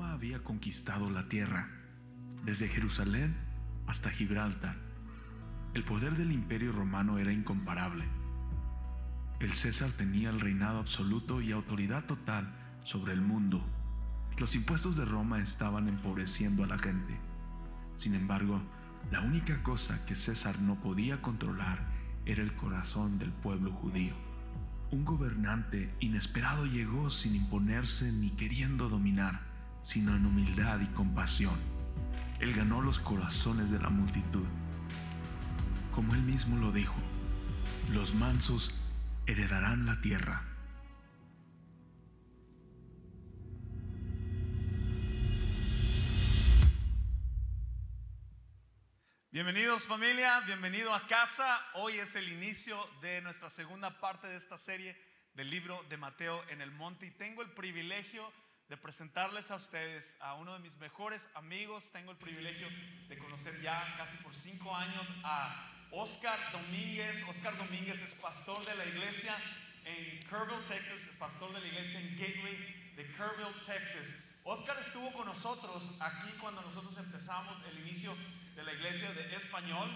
había conquistado la tierra, desde Jerusalén hasta Gibraltar. El poder del imperio romano era incomparable. El César tenía el reinado absoluto y autoridad total sobre el mundo. Los impuestos de Roma estaban empobreciendo a la gente. Sin embargo, la única cosa que César no podía controlar era el corazón del pueblo judío. Un gobernante inesperado llegó sin imponerse ni queriendo dominar, sino en humildad y compasión. Él ganó los corazones de la multitud. Como él mismo lo dijo, los mansos heredarán la tierra. Bienvenidos familia, bienvenido a casa. Hoy es el inicio de nuestra segunda parte de esta serie del libro de Mateo en el monte y tengo el privilegio de presentarles a ustedes a uno de mis mejores amigos. Tengo el privilegio de conocer ya casi por cinco años a Oscar Domínguez. Oscar Domínguez es pastor de la iglesia en Kerrville, Texas, es pastor de la iglesia en Gateway de Kerrville, Texas. Oscar estuvo con nosotros aquí cuando nosotros empezamos el inicio de la iglesia de español.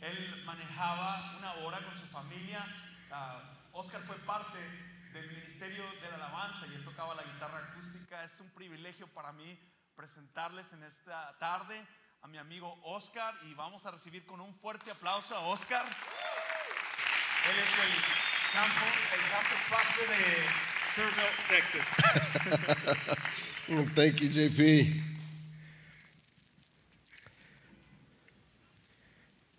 Él manejaba una hora con su familia. Uh, Oscar fue parte del ministerio de la alabanza y él tocaba la guitarra acústica. Es un privilegio para mí presentarles en esta tarde a mi amigo Oscar y vamos a recibir con un fuerte aplauso a Oscar. Él es el campo, el campo espacio de Kerrville, Texas. Well, Thank you, JP.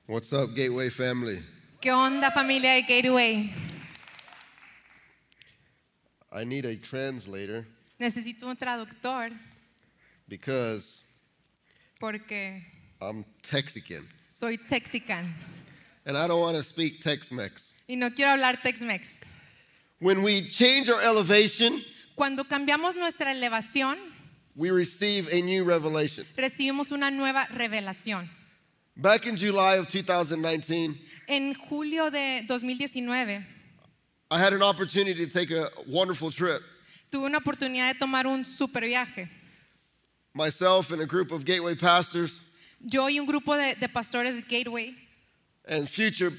What's up, Gateway family? ¿Qué onda familia de Gateway? I need a translator Necesito un traductor because porque I'm Texican soy texican and I don't want to speak Tex Mex. y no quiero hablar Tex-Mex. When we change our elevation, Cuando cambiamos nuestra elevación, we receive a new revelation. recibimos una nueva revelación. Back in July of 2019, En julio de 2019 I had an opportunity to take a wonderful trip. tuve una oportunidad de tomar un super viaje. Myself and a group of Gateway pastors Yo y un grupo de, de pastores de Gateway and future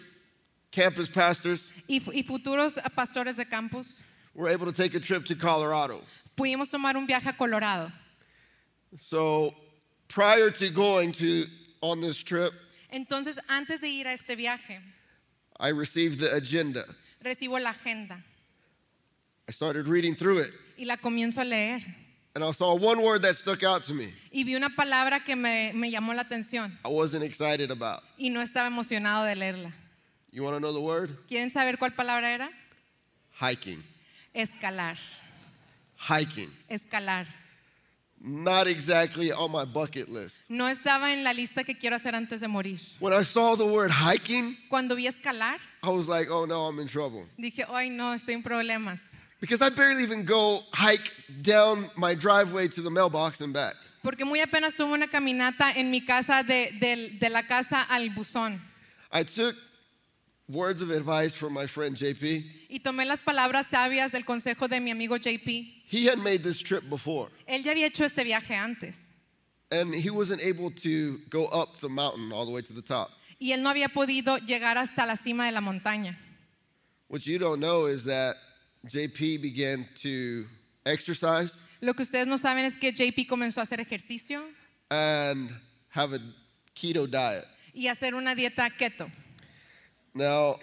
campus pastors y, fu- y futuros pastores de campus were able to take a trip to Colorado. pudimos tomar un viaje a Colorado. So prior to going to on this trip, Entonces, antes de ir a este viaje, I received the agenda. recibo la agenda I started reading through it y la comienzo a leer. and I saw one word that stuck out to me. Y vi una palabra que me, me llamó la atención I wasn't excited about. y no estaba emocionado de leerla. You want to know the word? ¿Quieren saber cuál palabra era? Hiking. Escalar, Hiking. escalar. Not exactly on my bucket list. No estaba en la lista que quiero hacer antes de morir. When I saw the word hiking, Cuando vi escalar, I was like, "Oh no, I'm in trouble." dije, ay no, estoy en problemas. Because I barely even go hike down my driveway to the mailbox and back. Porque muy apenas tuve una caminata en mi casa de, del- de la casa al buzón I took words of advice from my friend JP. y tomé las palabras sabias del consejo de mi amigo JP. He had made this trip before. Él ya había hecho este viaje antes and he wasn't able to go up the mountain all the way to the top. y él no había podido llegar hasta la cima de la montaña. What you don't know is that JP began to exercise Lo que ustedes no saben es que JP comenzó a hacer ejercicio and have a keto diet. y hacer una dieta keto. Now,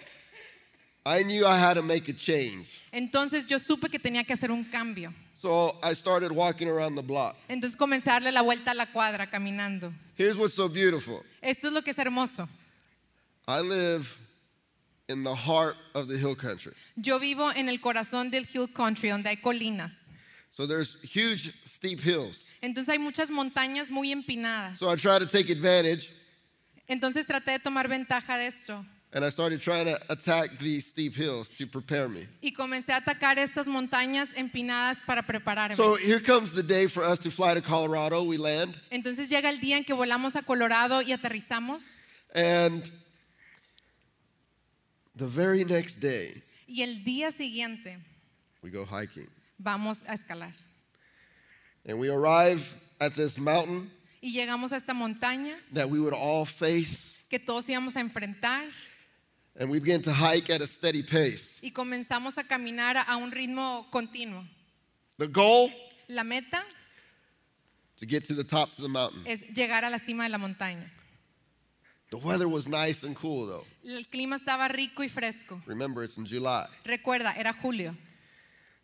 I knew I had to make a change. Entonces yo supe que tenía que hacer un cambio. So I started walking around the block. Entonces comencé a darle la vuelta a la cuadra caminando. Here's what's so beautiful Esto es lo que es hermoso. I live in the heart of the hill country. Yo vivo en el corazón del Hill Country, donde hay colinas. So there's huge, steep hills. Entonces hay muchas montañas muy empinadas. So I tried to take advantage Entonces traté de tomar ventaja de esto and I started trying to attack these steep hills to prepare me. y comencé a atacar estas montañas empinadas para prepararme. So here comes the day for us to fly to Colorado. We land, Entonces llega el día en que volamos a Colorado y aterrizamos and the very next day, y el día siguiente we go hiking. vamos a escalar. And we arrive at this mountain y llegamos a esta montaña that we would all face, que todos íbamos a enfrentar and we began to hike at a steady pace. y comenzamos a caminar a un ritmo continuo. The goal La meta to get to the top of the mountain. es llegar a la cima de la montaña. The weather was nice and cool though. El clima estaba rico y fresco. Remember, it's in July. Recuerda, era julio.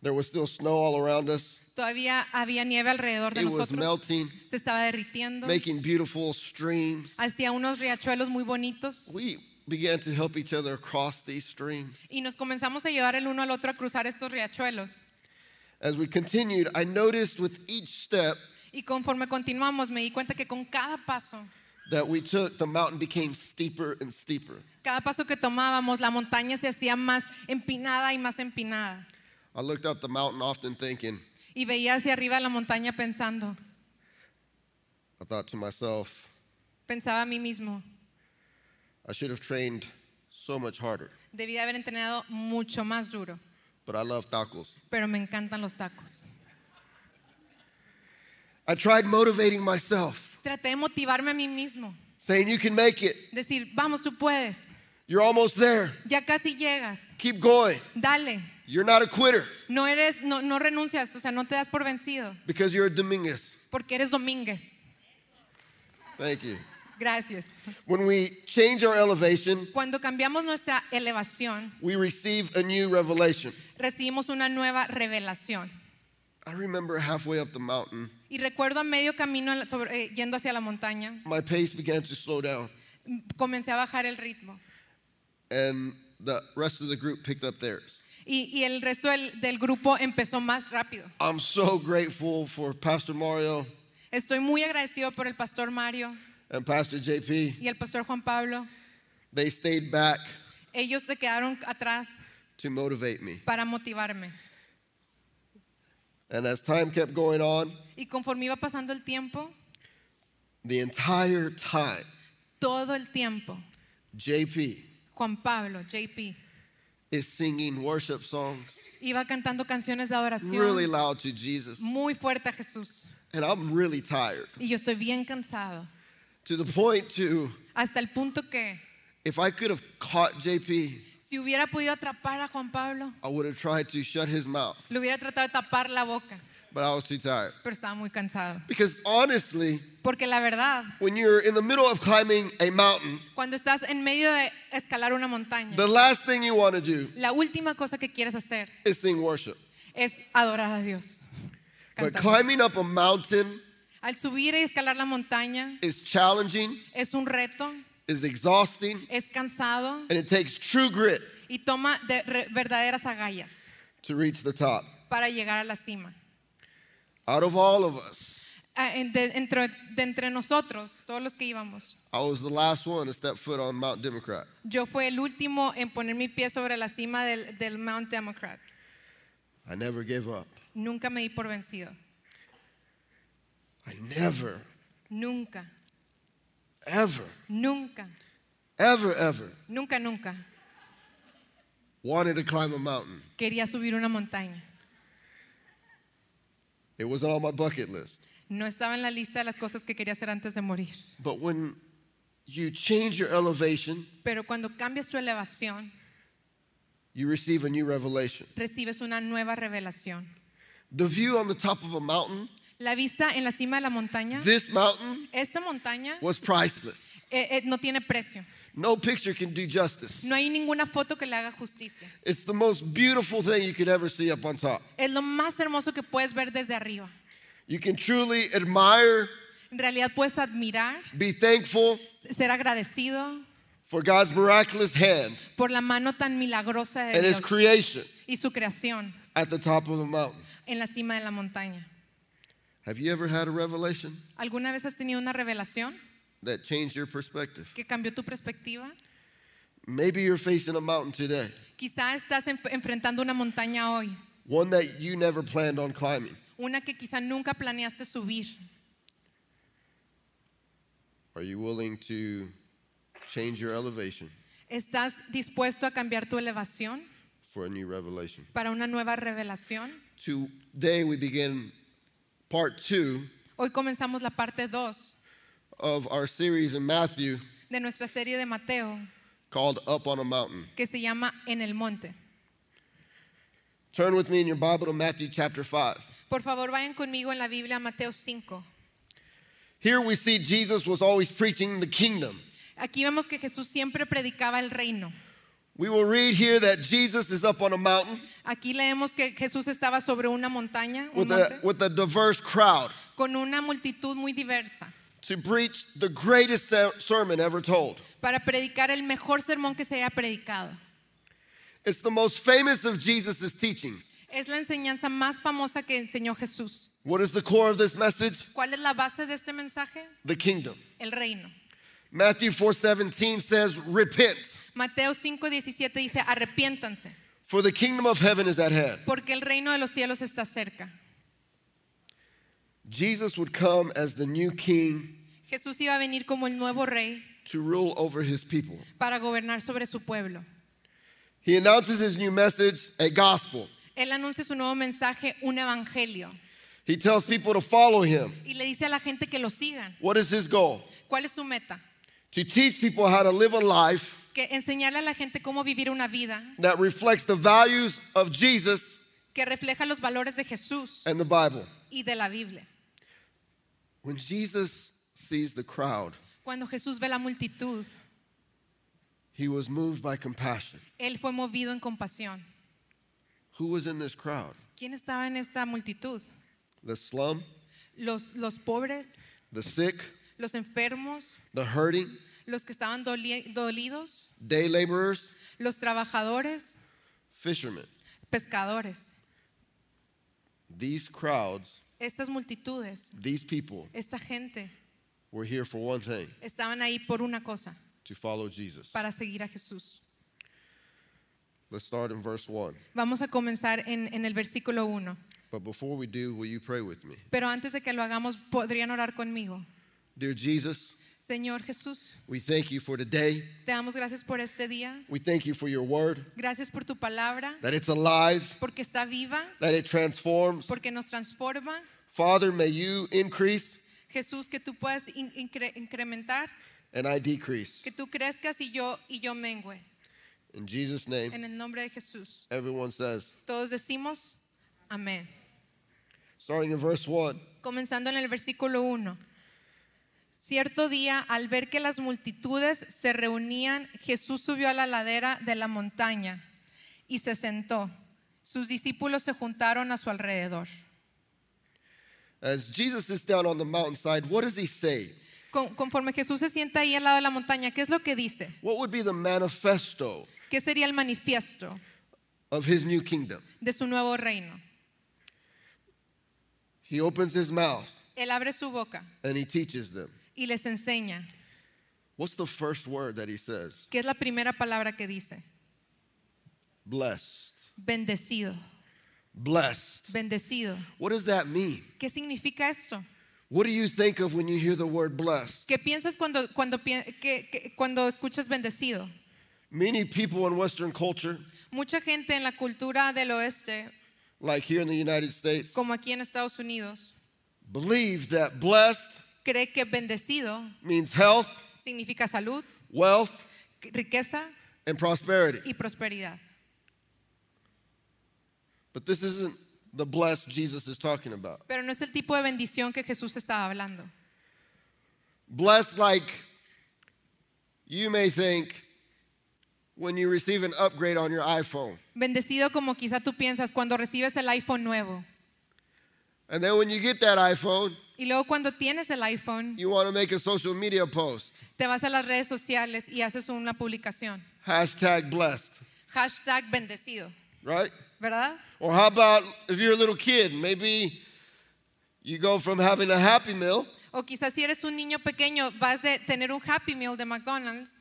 There was still snow all around us. Todavía había nieve alrededor de It was nosotros. melting, Se estaba derritiendo. making beautiful streams. Hacía unos riachuelos muy bonitos We began to help each other across these streams. y nos comenzamos a ayudar el uno al otro a cruzar estos riachuelos. As we continued, I noticed with each step Y conforme continuamos, me di cuenta que con cada paso, that we took, the mountain became steeper and steeper. cada paso que tomábamos, la montaña se hacía más empinada y más empinada. I looked up the mountain often thinking, Y veía hacia arriba la montaña pensando, I thought to myself, pensaba a mí mismo, I should have trained so much harder, debí de haber entrenado mucho más duro, but I love tacos. pero me encantan los tacos. I tried motivating myself, Traté de motivarme a mí mismo, saying, You can make it. decir, vamos, tú puedes, You're almost there. ya casi llegas, Keep going. dale, You're not a quitter no eres, no, no renuncias, o sea, no te das por vencido, because you're a Dominguez. porque eres Domínguez. Thank you. Gracias. When we change our elevation, Cuando cambiamos nuestra elevación, we receive a new revelation. recibimos una nueva revelación. I remember halfway up the mountain, Y recuerdo a medio camino al- sobre- eh, yendo hacia la montaña, my pace began to slow down, m- comencé a bajar el ritmo. and the rest of the group picked up theirs. Y, y el resto del, del grupo empezó más rápido. I'm so grateful for Pastor Mario Estoy muy agradecido por el pastor Mario and Pastor JP. y el pastor Juan Pablo. They stayed back Ellos se quedaron atrás to motivate me. para motivarme. And as time kept going on, Y conforme iba pasando el tiempo, the entire time, todo el tiempo, JP Juan Pablo, JP, is singing worship songs iba cantando canciones de adoración really loud to Jesus. muy fuerte a Jesús. And I'm really tired Y yo estoy bien cansado. to the point to Hasta el punto que if I could have caught JP, si hubiera podido atrapar a Juan Pablo, I would have tried to shut his mouth, le hubiera tratado de tapar la boca, but I was too tired. pero estaba muy cansado. Because honestly, Porque la verdad, when you're in the middle of climbing a mountain, cuando estás en medio de escalar una montaña, the last thing you want to do la última cosa que quieres hacer is sing worship. es adorar a Dios. But Cantar. climbing up a mountain Al subir y escalar la montaña is challenging, es un reto, is exhausting, es cansado and it takes true grit y toma de re- verdaderas agallas to reach the top. para llegar a la cima. Out of all of us, Ah, en- de- entre, de entre nosotros, todos los que íbamos, I was the last one to step foot on Mount Democrat. yo fui el último en poner mi pie sobre la cima del, del Mount Democrat. I never gave up. Nunca me di por vencido. I never, Nunca, ever, nunca, ever, ever nunca, nunca wanted to climb a mountain. quería subir una montaña. It was on my bucket list. No estaba en la lista de las cosas que quería hacer antes de morir. But when you change your elevation, Pero cuando cambias tu elevación, you receive a new revelation. recibes una nueva revelación. The view on the top of a mountain, La vista en la cima de la montaña, this mountain, esta montaña was priceless. eh, eh, no tiene precio. No picture can do justice. No hay ninguna foto que le haga justicia. It's the most beautiful thing you could ever see up on top. Es lo más hermoso que puedes ver desde arriba. You can truly admire, En realidad puedes admirar, be thankful ser agradecido for God's miraculous hand por la mano tan milagrosa de and His Dios creation y su creación at the top of the mountain. en la cima de la montaña. Have you ever had a revelation ¿Alguna vez has tenido una revelación that changed your perspective? que cambió tu perspectiva? Maybe you're facing a mountain today, Quizá estás enf- enfrentando una montaña hoy, one that you never planned on climbing. una que quizá nunca planeaste subir. Are you willing to change your elevation ¿Estás dispuesto a cambiar tu elevación for a new revelation? para una nueva revelación? Today we begin part two Hoy comenzamos la parte 2 of our series in Matthew de nuestra serie de Mateo called Up on a Mountain. que se llama En el Monte. Turn with me in your Bible to Matthew chapter 5. Por favor, vayan conmigo en la Biblia a Mateo 5. Here we see Jesus was always preaching the kingdom. Aquí vemos que Jesús siempre predicaba el reino. We will read here that Jesus is up on a mountain Aquí leemos que Jesús estaba sobre una montaña, un with monte, a, with a diverse crowd con una multitud muy diversa to preach the greatest ser- sermon ever told. para predicar el mejor sermón que se haya predicado. It's the most famous of Jesus' teachings. Es la enseñanza más famosa que enseñó Jesús. What is the core of this message? ¿Cuál es la base de este mensaje? The kingdom. El reino. Matthew 4:17 says, "Repent, Mateo 5:17 dice, arrepiéntanse, for the kingdom of heaven is at hand." porque el reino de los cielos está cerca. Jesus would come as the new king Jesús iba a venir como el nuevo rey to rule over his people. para gobernar sobre su pueblo. He announces his new message, a gospel. Él anuncia su nuevo mensaje, un evangelio, He tells people to follow him. y le dice a la gente que lo sigan. What is his goal? ¿Cuál es su meta? To teach people how to live a life Que enseñarle a la gente cómo vivir una vida that reflects the values of Jesus que refleja los valores de Jesús and the Bible. y de la Biblia. When Jesus sees the crowd, Cuando Jesús ve la multitud, he was moved by compassion. él fue movido en compasión. Who was in this crowd? ¿Quién estaba en esta multitud? The slum, Los, los pobres, the sick, los enfermos, the hurting, los que estaban doli- dolidos, day laborers, los trabajadores, fishermen. pescadores. These crowds, Estas multitudes, these people esta gente, were here for one thing estaban ahí por una cosa, to follow Jesus. para seguir a Jesús. Let's start in verse 1. Vamos a comenzar en, en el versículo 1. But before we do, will you pray with me? Pero antes de que lo hagamos, podrían orar conmigo. Dear Jesus, Señor Jesús, we thank you for today. te damos gracias por este día. We thank you for your word, Gracias por tu palabra, that it's alive, porque está viva, that it transforms. porque nos transforma. Father, may you increase Jesús, que tú puedas in- incre- incrementar, and I decrease. que tú crezcas y yo y yo mengüe. In Jesus' name, En el nombre de Jesús. everyone says, Todos decimos amén. starting in verse 1, Comenzando en el versículo 1. Cierto día, al ver que las multitudes se reunían, Jesús subió a la ladera de la montaña y se sentó. Sus discípulos se juntaron a su alrededor. as Jesus is down on the mountainside, what does he say? Con- conforme Jesús se sienta ahí al lado de la montaña, ¿qué es lo que dice? What would be the manifesto ¿Qué sería el manifiesto of his new kingdom? de su nuevo reino? He opens his mouth Él abre su boca and he teaches them. y les enseña. What's the first word that he says? ¿Qué es la primera palabra que dice? Blessed. Bendecido, Blessed. bendecido. What does that mean? ¿Qué significa esto? What do you think of when you hear the word blessed? ¿Qué piensas cuando, cuando, pi- que- que- cuando escuchas bendecido? Many people in Western culture, Mucha gente en la cultura del oeste, like here in the United States, como aquí en Estados Unidos, believe that blessed cree que bendecido means health, significa salud, wealth, riqueza and prosperity. y prosperidad. But this isn't the blessed Jesus is talking about. Pero no es el tipo de bendición que Jesús estaba hablando. Blessed, like you may think when you receive an upgrade on your iPhone. Bendecido como quizá tú piensas cuando recibes el iPhone nuevo. And then when you get that iPhone, Y luego cuando tienes el iPhone, you want to make a social media post. te vas a las redes sociales y haces una publicación. Hashtag blessed, Hashtag bendecido, right? ¿verdad? Or how about if you're a little kid, maybe you go from having a Happy Meal O quizás si eres un niño pequeño, vas de tener un Happy Meal de McDonald's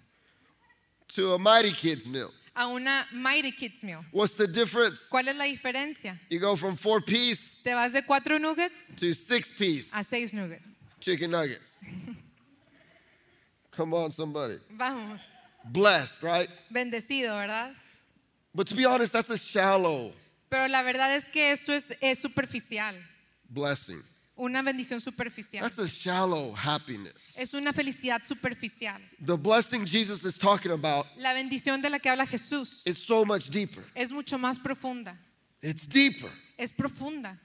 to a Mighty Kids Meal. a una Mighty Kids Meal. What's the difference? ¿Cuál es la diferencia? You go from four piece Te vas de cuatro nuggets to six piece a seis nuggets. chicken nuggets. Come on, somebody. Vamos, Blessed, right? bendecido, ¿verdad? But to be honest, that's a shallow Pero la verdad es que esto es, es superficial, blessing. una bendición superficial. That's a shallow happiness. Es una felicidad superficial. The blessing Jesus is talking about La bendición de la que habla Jesús is so much deeper. es mucho más profunda. It's deeper. Es profunda.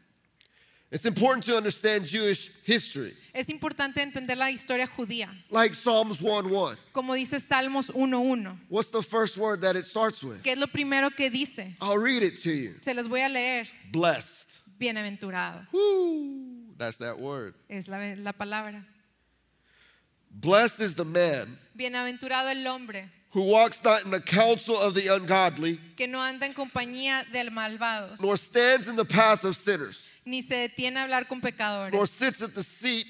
It's important to understand Jewish history, Es importante entender la historia judía. like Psalms 1 1. Como dice Salmos 1.1. What's the first word that it starts with? ¿Qué es lo primero que dice? I'll read it to you. Se los voy a leer. Blessed. Bienaventurado. Woo! That's that word. Es la, la palabra. Blessed is the man Bienaventurado el hombre who walks not in the counsel of the ungodly, que no anda en compañía del malvados, nor stands in the path of sinners, ni se detiene a hablar con nor pecadores, sits at the seat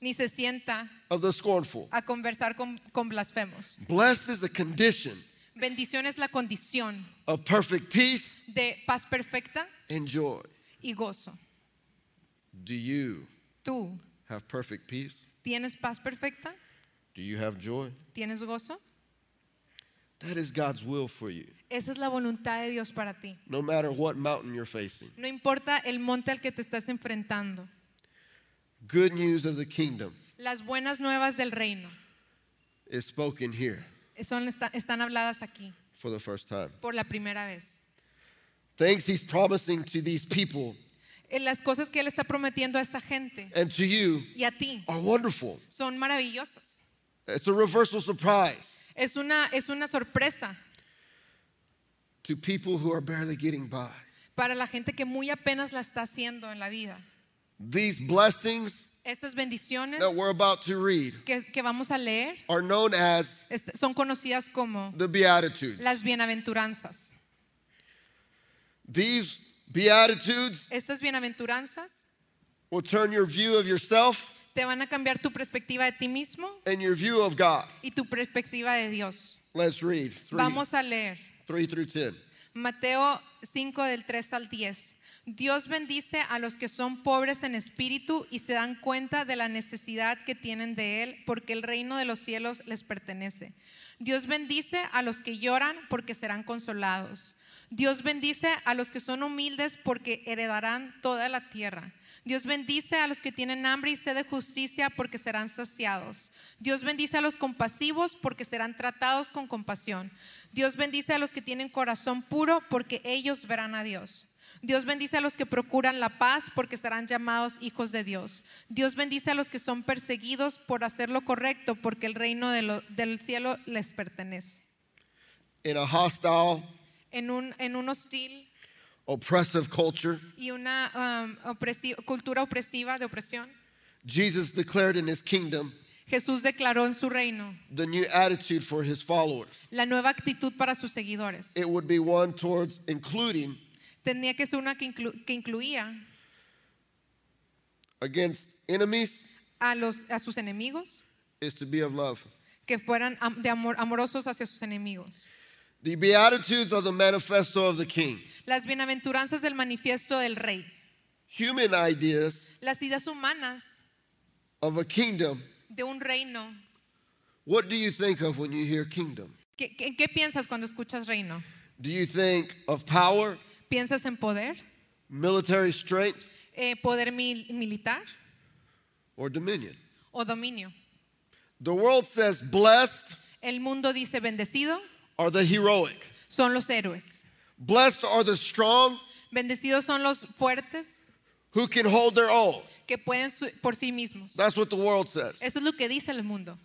ni se sienta of the scornful. a conversar con, con blasfemos. Blessed is the condition Bendición es la condición of perfect peace de paz perfecta and joy. y gozo. Do you ¿Tú have perfect peace? tienes paz perfecta? Do you have joy? ¿Tienes gozo? That is God's will for you, Esa es la voluntad de Dios para ti. no matter what mountain you're facing. No importa el monte al que te estás enfrentando. Good news of the kingdom Las buenas nuevas del reino is spoken here son, está- están habladas aquí for the first time. por la primera vez. Things he's promising to these people Eh, Las cosas que Él está prometiendo a esta gente and to you y a ti are wonderful. son maravillosas. It's a reversal surprise Es una, es una sorpresa to people who are barely getting by. para la gente que muy apenas la está haciendo en la vida. These blessings Estas bendiciones that we're about to read que, que vamos a leer are known as est- son conocidas como the Beatitudes. las bienaventuranzas. These Beatitudes Estas bienaventuranzas will turn your view of yourself te van a cambiar tu perspectiva de ti mismo and your view of God. y tu perspectiva de Dios. Let's read three, Vamos a leer. 3 through 10. Mateo 5 del 3 al 10. Dios bendice a los que son pobres en espíritu y se dan cuenta de la necesidad que tienen de Él, porque el reino de los cielos les pertenece. Dios bendice a los que lloran, porque serán consolados. Dios bendice a los que son humildes, porque heredarán toda la tierra. Dios bendice a los que tienen hambre y sed de justicia porque serán saciados. Dios bendice a los compasivos porque serán tratados con compasión. Dios bendice a los que tienen corazón puro porque ellos verán a Dios. Dios bendice a los que procuran la paz porque serán llamados hijos de Dios. Dios bendice a los que son perseguidos por hacer lo correcto porque el reino de lo- del cielo les pertenece. In a hostile, En un, en un hostil oppressive culture, y una um, opresi- cultura opresiva de opresión, Jesus declared in his kingdom Jesús declaró en su reino the new attitude for his followers. la nueva actitud para sus seguidores. It would be one towards including Tenía que ser una que, inclu- que incluía against enemies a, los, a sus enemigos, is to be of love. que fueran am- de amor, amorosos hacia sus enemigos. The Beatitudes are the manifesto of the King. Las bienaventuranzas del manifiesto del rey. Human ideas Las ideas humanas of a kingdom. de un reino. What do you think of when you hear kingdom? ¿Qué, qué, qué piensas cuando escuchas reino? Do you think of power, ¿Piensas en poder? military strength, Eh, ¿Poder mil- militar or dominion? o dominio? The world says blessed El mundo dice bendecido are the heroic, son los héroes. blessed are the strong Bendecidos son los fuertes who can hold their own. que pueden su- por sí mismos. That's what the world says. Eso es lo que dice el mundo.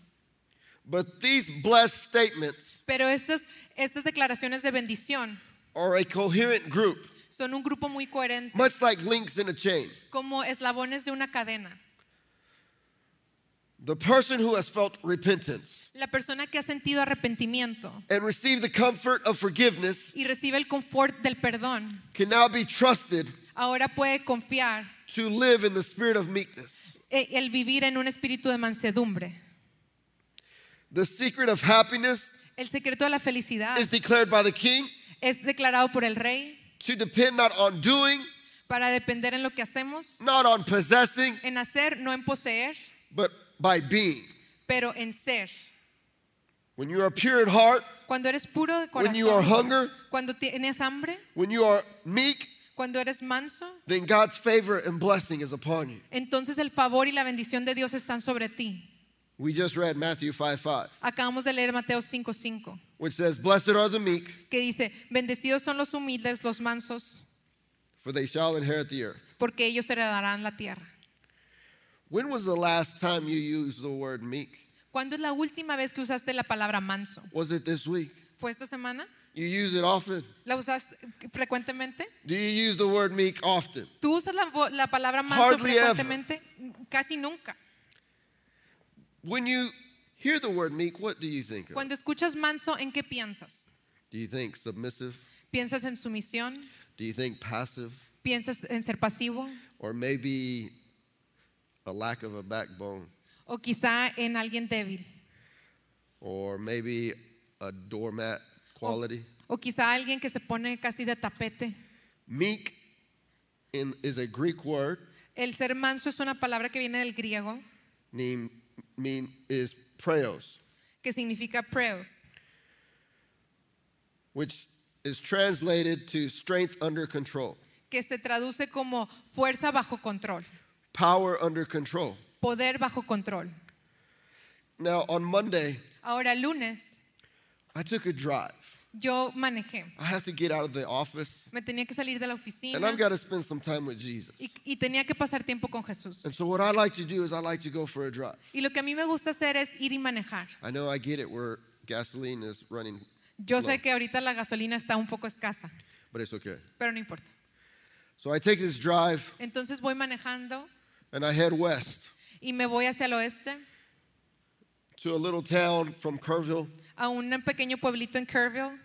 But these blessed statements Pero estos- estas declaraciones de bendición are a coherent group, son un grupo muy coherente, much like links in a chain. como eslabones de una cadena. The person who has felt repentance La persona que ha sentido arrepentimiento and received the comfort of forgiveness y recibe el confort del perdón, can now be trusted ahora puede confiar to live in the spirit of meekness. e- el vivir en un espíritu de mansedumbre. The secret of happiness El secreto de la felicidad is declared by the king es declarado por el rey to depend not on doing, para depender en lo que hacemos, not on possessing, en hacer, no en poseer, but by being. pero en ser. When you are pure in heart, Cuando eres puro de When you are corazón, hunger- cuando tienes hambre, when you are meek, cuando eres manso, then God's favor and blessing is upon you. entonces el favor y la bendición de Dios están sobre ti. We just read Matthew 5 5, Acabamos de leer Mateo 5:5, which says, Blessed are the meek, que dice, bendecidos son los humildes, los mansos, for they shall inherit the earth. porque ellos heredarán la tierra. When was the last time you used the word meek? ¿Cuándo es la última vez que usaste la palabra manso? Was it this week? ¿Fue esta semana? You use it often? ¿La usas frecuentemente? Do you use the word meek often? ¿Tú usas la, vo- la palabra manso Hardly ever. frecuentemente? Casi nunca. When you hear the word meek, what do you think of? Cuando escuchas manso, ¿en qué piensas? Do you think submissive? ¿Piensas en sumisión? Do you think passive? ¿Piensas en ser pasivo? Or maybe a lack of a backbone? ¿O quizá en alguien débil? Or maybe a doormat quality? ¿O quizá alguien que se pone casi de tapete? Meek in, is a Greek word El ser manso es una palabra que viene del griego mean, mean is preos, que significa preos, which is translated to strength under control, que se traduce como fuerza bajo control, power under control. poder bajo control. Now on Monday, Ahora, el lunes, I took a drive. yo manejé. I have to get out of the office Me tenía que salir de la and I've oficina got to spend some time with Jesus. y, y tenía que pasar tiempo con Jesús. And so what I like to do is I like to go for a drive. Y lo que a mí me gusta hacer es ir y manejar. I know I get it where gasoline is running, Yo Claro. sé que ahorita la gasolina está un poco escasa, but it's okay. pero no importa. So I take this drive Entonces voy manejando and I head west y me voy hacia el oeste to a little town from Kerrville a un pequeño pueblito en Kerrville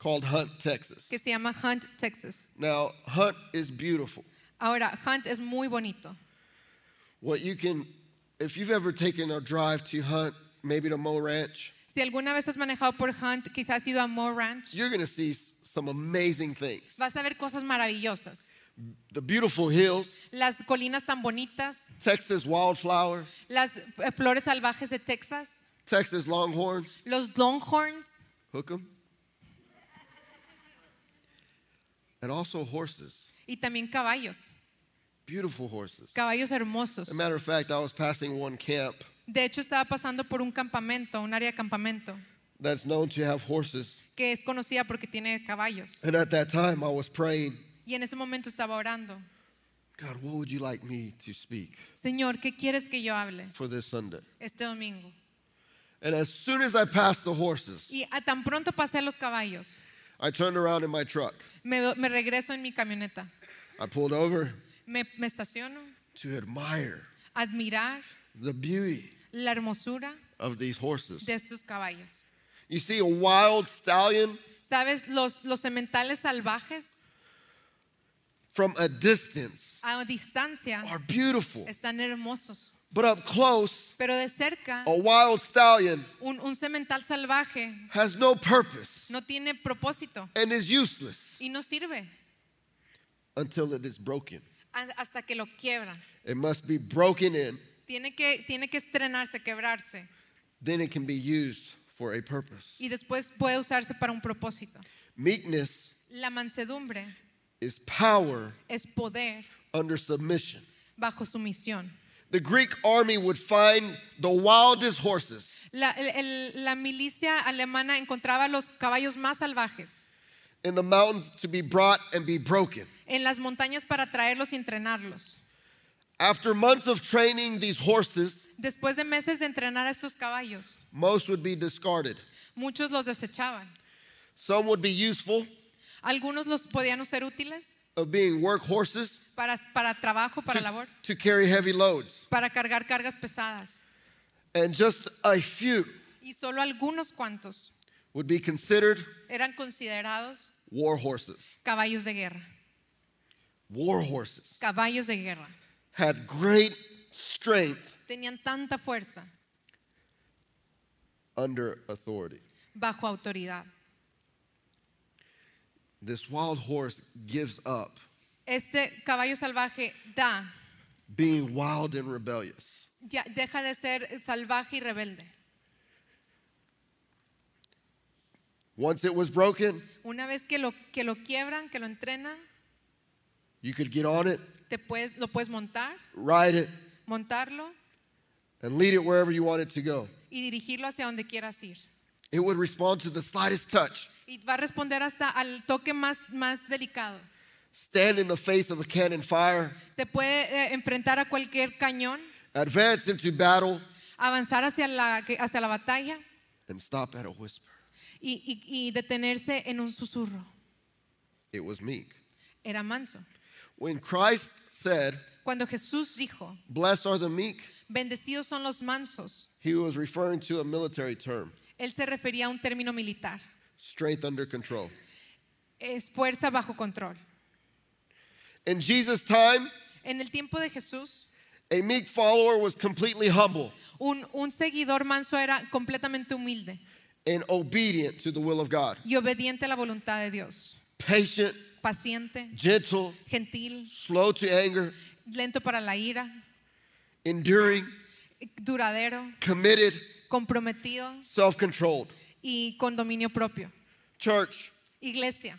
called Hunt, Texas. que se llama Hunt, Texas. Now, Hunt is beautiful. Ahora, Hunt es muy bonito. What you can, if you've ever taken a drive to Hunt, maybe to Moe Ranch, Si alguna vez has manejado por Hunt, quizás has ido a Moore Ranch, you're gonna see s- some amazing things. vas a ver cosas maravillosas. The beautiful hills, Las colinas tan bonitas, Texas wildflowers, las eh, flores salvajes de Texas, Texas longhorns, los Longhorns hook 'em, and also horses, y también caballos, beautiful horses. caballos hermosos. As a matter of fact, I was passing one camp De hecho, estaba pasando por un campamento, un área de campamento, that's known to have horses, que es conocida porque tiene caballos. and at that time I was praying, Y en ese momento estaba orando, God, what would you like me to speak Señor, ¿qué quieres que yo hable for this Sunday? este domingo? And as soon as I passed the horses, Y a- tan pronto pasé a los caballos, I turned around in my truck. me, me regreso en mi camioneta, I pulled over me, me estaciono, to admire admirar the beauty la hermosura of these horses. de estos caballos. You see a wild stallion ¿Sabes? Los, los sementales salvajes from a distance a distancia are beautiful, están hermosos, but up close, pero de cerca a wild stallion un, un semental salvaje has no purpose no tiene propósito and is useless y no sirve until it is broken. a- hasta que lo quiebran. It must be broken in, Tiene que, tiene que estrenarse, quebrarse then it can be used for a purpose. y después puede usarse para un propósito. Meekness La mansedumbre is power es poder under submission. bajo sumisión. The Greek army would find the wildest horses La, el- el- la milicia alemana encontraba los caballos más salvajes in the mountains to be brought and be broken. en las montañas para traerlos y entrenarlos. After months of training these horses, Después de meses de entrenar a estos caballos, most would be discarded. muchos los desechaban. Some would be useful Algunos los podían ser útiles of being work horses para, para trabajo, para to, labor, to carry heavy loads, para cargar cargas pesadas. and just a few Y solo algunos cuantos would be considered eran considerados war horses. caballos de guerra. War horses Caballos de guerra. had great strength Tenían tanta fuerza under authority. bajo autoridad. This wild horse gives up Este caballo salvaje da, being wild and rebellious. ya deja de ser salvaje y rebelde. Once it was broken, Una vez que lo, que lo quiebran, que lo entrenan, You could get on it, Te puedes, lo puedes montar, ride it, montarlo and lead it wherever you want it to go. y dirigirlo hacia donde quieras ir. It would respond to the slightest touch, Y va a responder hasta al toque más, más delicado. stand in the face of a cannon fire, Se puede eh, enfrentar a cualquier cañón, advance into battle, avanzar hacia la, que- hacia la batalla and stop at a whisper. y, y- y detenerse en un susurro. It was meek. Era manso. When Christ said, Cuando Jesús dijo, Blessed are the meek, bendecidos son los mansos, he was referring to a military term, él se refería a un término militar. strength under control. Es fuerza bajo control. In Jesus' time, En el tiempo de Jesús, a meek follower was completely humble un, un seguidor manso era completamente humilde and obedient to the will of God, y obediente a la voluntad de Dios. patient, Paciente, gentle, gentil, slow to anger, lento para la ira, enduring, duradero, committed, comprometido self controlled. y con dominio propio. Church, Iglesia,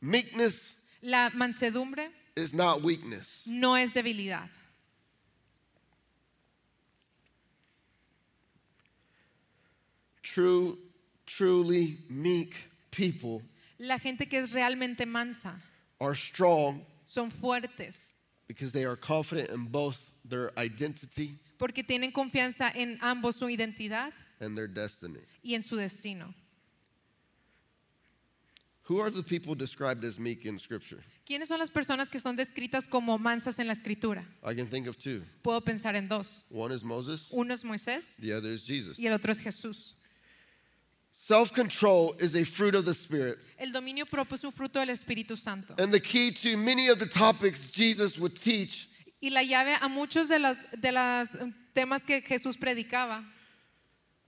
meekness la mansedumbre is not weakness, no es debilidad, true, truly meek people La gente que es realmente mansa are strong son fuertes because they are confident in both their identity porque tienen confianza en ambos su identidad and their destiny. y en su destino. Who are the people described as meek in Scripture? ¿Quiénes son las personas que son descritas como mansas en la escritura? I can think of two. Puedo pensar en dos. One is Moses, Uno es Moisés the other is Jesus. y el otro es Jesús. Self control is a fruit of the Spirit El dominio propio es un fruto del Espíritu Santo. and the key to many of the topics Jesus would teach Y la llave a muchos de los de las eh, temas que Jesús predicaba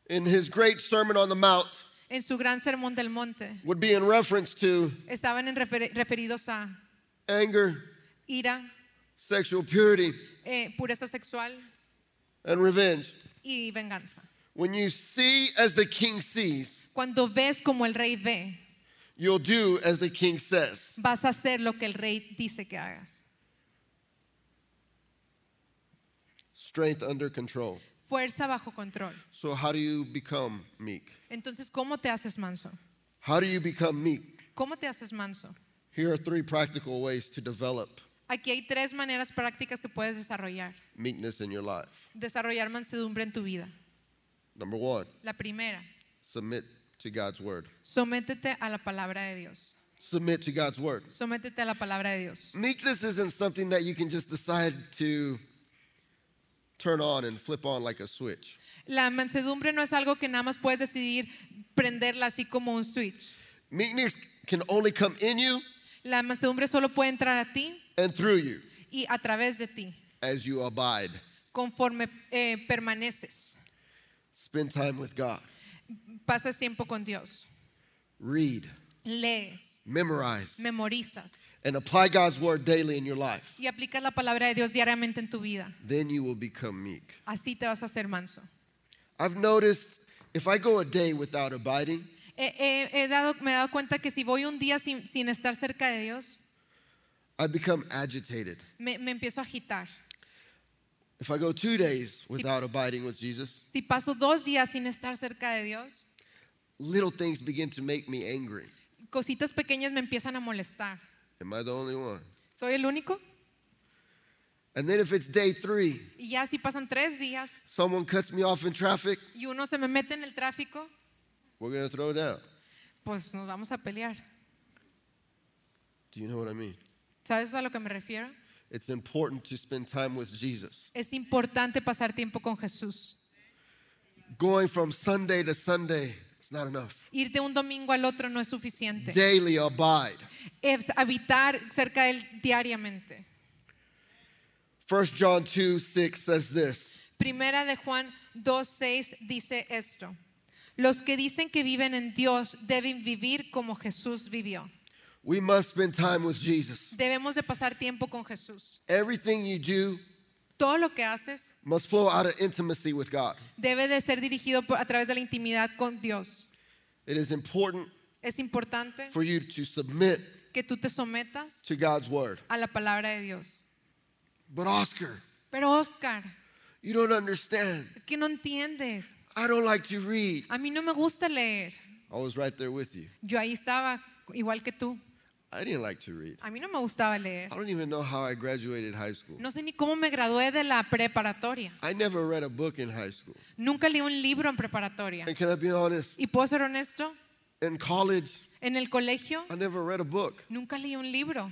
in his great Sermon on the Mount en su gran sermón del monte would be in reference to estaban en refer- referidos a anger, ira, sexual purity, eh, pureza sexual and revenge. y venganza. When you see as the king sees, Cuando ves como el rey ve, you'll do as the king says. vas a hacer lo que el rey dice que hagas. Strength under control. Fuerza bajo control. So, how do you become meek? Entonces, ¿cómo te haces manso? How do you become meek? ¿Cómo te haces manso? Here are three practical ways to develop Aquí hay tres maneras prácticas que puedes desarrollar. meekness in your life. Desarrollar mansedumbre en tu vida. Number one, La primera, submit to God's word. sométete a la palabra de Dios. Submit to God's word. Sométete a la palabra de Dios. Meekness isn't something that you can just decide to turn on and flip on like a switch. La mansedumbre no es algo que nada más puedes decidir prenderla así como un switch. Meekness can only come in you La mansedumbre solo puede entrar a ti and through you y a través de ti, as you abide. conforme eh, permaneces. Spend time with God. pasas tiempo con Dios, Read, lees, memorize, memorizas and apply God's word daily in your life. y aplicas la palabra de Dios diariamente en tu vida. Then you will become meek. Así te vas a hacer manso. I've noticed if I go a day without abiding, Eh, eh, he dado, me he dado cuenta que si voy un día sin, sin estar cerca de Dios, I become agitated. me, me empiezo a agitar. If I go two days without abiding with Jesus, Si paso dos días sin estar cerca de Dios, little things begin to make me angry. cositas pequeñas me empiezan a molestar. Am I the only one? ¿Soy el único? And then if it's day three, Y ya si pasan tres días someone cuts me off in traffic, y uno se me mete en el tráfico, we're gonna throw down. pues nos vamos a pelear. Do you know what I mean? ¿Sabes a lo que me refiero? It's important to spend time with Jesus. Es importante pasar tiempo con Jesús. Going from Sunday to Sunday is not enough. Ir de un domingo al otro no es suficiente. Daily abide. Es habitar cerca de él diariamente. 1 John 2 6 says this Primera de Juan 2.6 dice esto. Los que dicen que viven en Dios deben vivir como Jesús vivió. We must spend time with Jesus. Debemos de pasar tiempo con Jesús. Everything you do Todo lo que haces must flow out of intimacy with God. debe de ser dirigido por- a través de la intimidad con Dios. It is important Es importante for you to submit que tú te sometas to God's word. a la palabra de Dios. But Oscar, Pero Oscar, you don't understand. es que no entiendes. I don't like to read. A mí no me gusta leer. I was right there with you. Yo ahí estaba igual que tú. I didn't like to read. A mí no me gustaba leer. I don't even know how I graduated high school. No sé ni cómo me gradué de la preparatoria. I never read a book in high school. Nunca leí un libro en preparatoria. And can I be honest? Y puedo ser honesto, In college, en el colegio I never read a book. nunca leí un libro.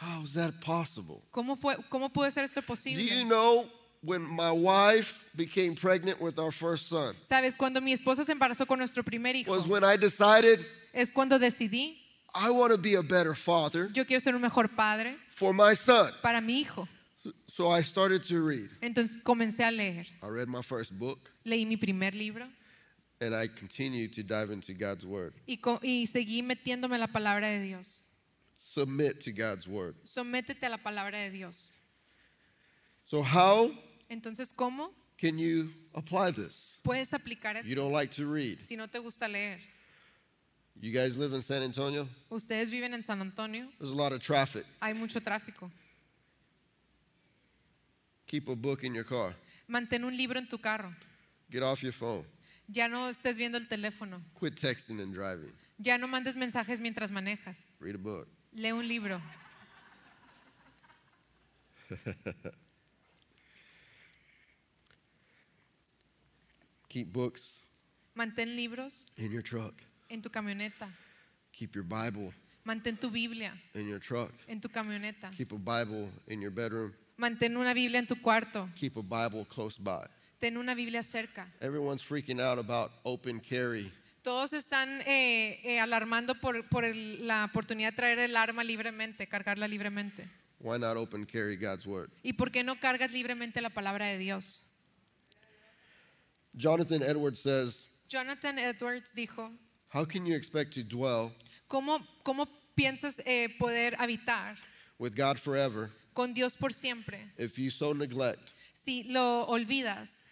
How is that possible? ¿Cómo, fue, cómo pudo ser esto Do you posible? know when my wife became pregnant with our first son? Sabes, cuando mi esposa se embarazó con nuestro primer hijo, Was when I decided es cuando decidí, I want to be a better father yo quiero ser un mejor padre for my son. para mi hijo. So I started to read. Entonces comencé a leer. I read my first book Leí mi primer libro and I continued to dive into God's word. y, co- y seguí metiéndome a la palabra de Dios. Submit to God's word. Sométete a la palabra de Dios. So how Entonces, ¿cómo can you apply this? puedes aplicar You eso don't like to read. si no te gusta leer? You guys live in San Antonio? Ustedes viven en San Antonio, There's a lot of traffic. hay mucho tráfico. Keep a book in your car. Mantén un libro en tu carro. Get off your phone. Ya no estés viendo el teléfono. Quit texting and driving. Ya no mandes mensajes mientras manejas. Read a book. Lee un libro. Keep books Mantén libros in your truck. en tu camioneta. Keep your Bible Mantén tu Biblia in your truck. en tu camioneta. Keep a Bible in your bedroom. Mantén una Biblia en tu cuarto. Keep a Bible close by. Ten una Biblia cerca. Everyone's freaking out about open carry. Todos están eh, eh, alarmando por, por el- la oportunidad de traer el arma libremente, cargarla libremente. Why not open carry God's word? ¿Y por qué no cargas libremente la palabra de Dios? Jonathan Edwards says, Jonathan Edwards dijo, How can you expect to dwell ¿cómo, cómo piensas eh, poder habitar with God forever con Dios por siempre if you so neglect si lo olvidas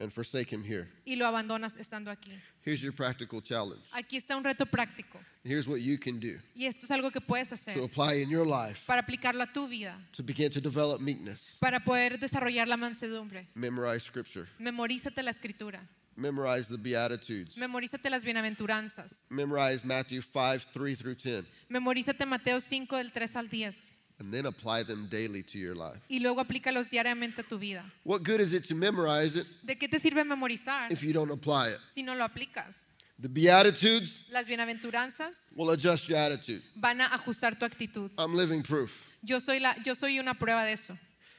and forsake Him here? y lo abandonas estando aquí? Here's your practical challenge. Aquí está un reto práctico Here's what you can do y esto es algo que puedes hacer to apply in your life para aplicarlo a tu vida, to begin to develop meekness. para poder desarrollar la mansedumbre. Memorize scripture, Memorízate la escritura, memorize the Beatitudes, memorízate las bienaventuranzas, memorize Matthew 5 3 through 10, memorízate Mateo 5 del 3 al 10 and then apply them daily to your life. y luego aplícalos diariamente a tu vida. What good is it to memorize it ¿De qué te sirve memorizar if you don't apply it? si no lo aplicas? The Beatitudes Las bienaventuranzas will adjust your attitude. van a ajustar tu actitud. I'm living proof. Yo soy, la, yo soy una prueba de eso.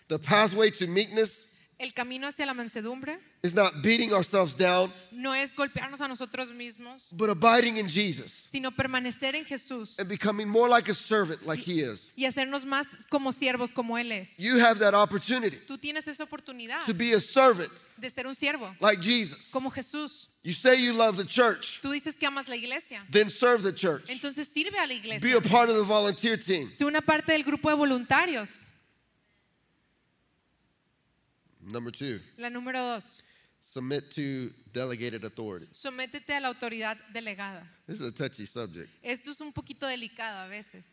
The pathway to meekness El camino hacia la mansedumbre is not beating ourselves down, no es golpearnos a nosotros mismos, but abiding in Jesus sino permanecer en Jesús and becoming more like a servant, like He is. y hacernos más como siervos como Él es. You have that opportunity Tú tienes esa oportunidad to be a servant de ser un siervo like Jesus. como Jesús. You say you love the church, Tú dices que amas la iglesia, then serve the church. entonces sirve a la Be iglesia. a part of the volunteer team. Sé una parte del grupo de voluntarios. Number two, La número dos, submit to delegated authority. sométete a la autoridad delegada. This is a touchy subject. Esto es un poquito delicado a veces,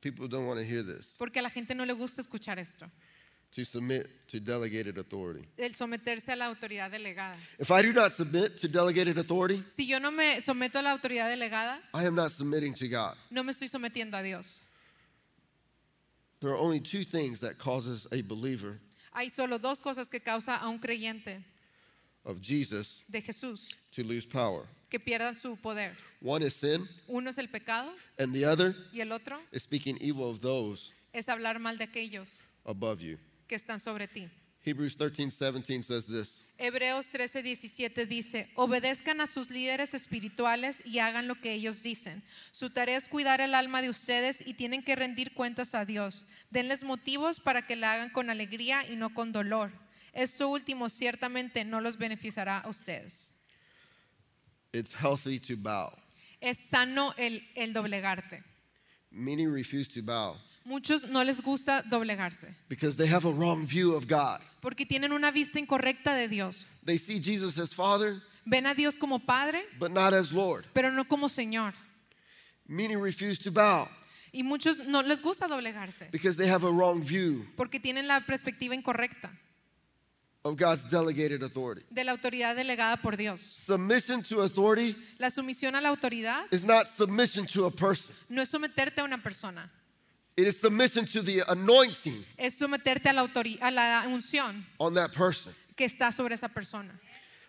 People don't want to hear this. porque a la gente no le gusta escuchar esto, To submit to delegated authority. el someterse a la autoridad delegada. If I do not submit to delegated authority, Si yo no me someto a la autoridad delegada, I am not submitting to God. no me estoy sometiendo a Dios. There are only two things that causes a believer Hay solo dos cosas que causa a un creyente of Jesus de Jesús to lose power. que pierda su poder. One is sin, Uno es el pecado and the other y el otro is speaking evil of those es hablar mal de aquellos above you. que están sobre ti. Hebrews 13, 17 says this Hebreos 13:17 dice, obedezcan a sus líderes espirituales y hagan lo que ellos dicen. Su tarea es cuidar el alma de ustedes y tienen que rendir cuentas a Dios. Denles motivos para que la hagan con alegría y no con dolor. Esto último ciertamente no los beneficiará a ustedes. It's healthy to bow. Es sano el, el doblegarte. Many refuse to bow Muchos no les gusta doblegarse because they have a wrong view of God. porque tienen una vista incorrecta de Dios. They see Jesus as Father, Ven a Dios como Padre, but not as Lord. pero no como Señor. Many refuse to bow Y muchos no les gusta doblegarse because they have a wrong view porque tienen la perspectiva incorrecta of God's delegated authority. de la autoridad delegada por Dios. Submission to authority La sumisión a la autoridad is not submission to a person, no es someterte a una persona, it is submission to the anointing es someterte a la, autori- a la unción on that person. que está sobre esa persona.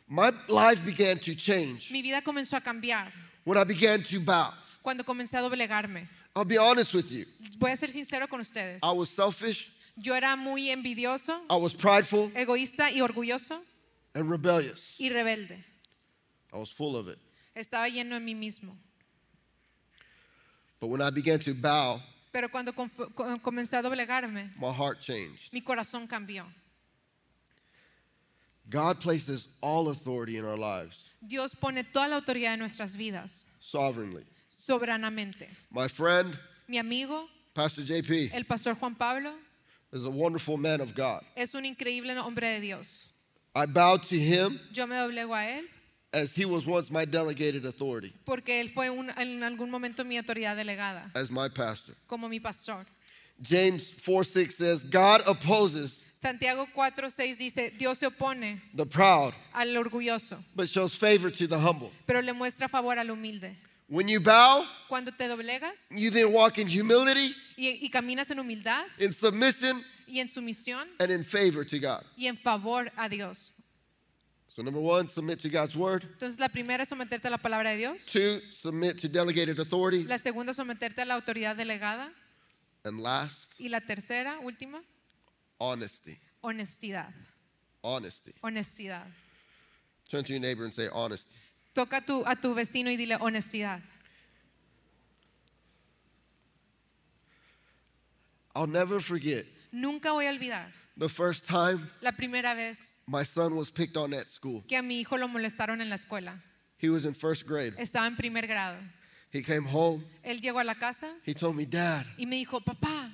My life began to change Mi vida comenzó a cambiar when I began to bow. cuando comencé a doblegarme. I'll be honest with you. Voy a ser sincero con ustedes. I was selfish, Yo era muy envidioso, I was prideful, egoísta y orgulloso and rebellious. y rebelde. I was full of it. Estaba lleno de mí mismo. But when I began to bow, Pero cuando com- com- comencé a doblegarme, my heart changed. mi corazón cambió. God places all authority in our lives Dios pone toda la autoridad en nuestras vidas, sovereignly. soberanamente. My friend, Mi amigo, Pastor JP, el pastor Juan Pablo, is a wonderful man of God. es un increíble hombre de Dios. I bowed to him Yo me doblego a él as he was once my delegated authority, porque él fue un- en algún momento mi autoridad delegada, as my pastor. como mi pastor. James 4 6 says, God opposes Santiago 4:6 dice, Dios se opone the proud, al orgulloso, but shows favor to the humble. pero le muestra favor al humilde. When you bow, Cuando te doblegas you then walk in humility, y, y caminas en humildad in submission, y en sumisión and in favor to God. y en favor a Dios. So, number one, submit to God's word. Entonces la primera es someterte a la palabra de Dios. Two, submit to delegated authority. La segunda es someterte a la autoridad delegada. And last, Y la tercera, última, honesty. honestidad. Honesty. Honestidad. Turn to your neighbor and say, honesty. Toca a tu, a tu vecino y dile honestidad. I'll never forget Nunca voy a olvidar the first time la primera vez my son was picked on at school. que a mi hijo lo molestaron en la escuela. He was in first grade. Estaba en primer grado. He came home. Él llegó a la casa He told me, Dad, y me dijo, papá,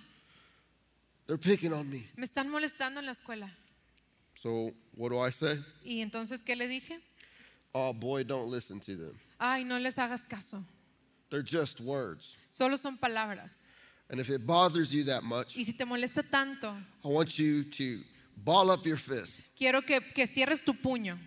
they're picking on me. me están molestando en la escuela. So, what do I say? Y entonces, ¿qué le dije? Oh, boy, don't listen to them. Ay, no les hagas caso. They're just words. Solo son palabras. And if it bothers you that much, Y si te molesta tanto, I want you to ball up your fist. quiero que, que cierres tu puño.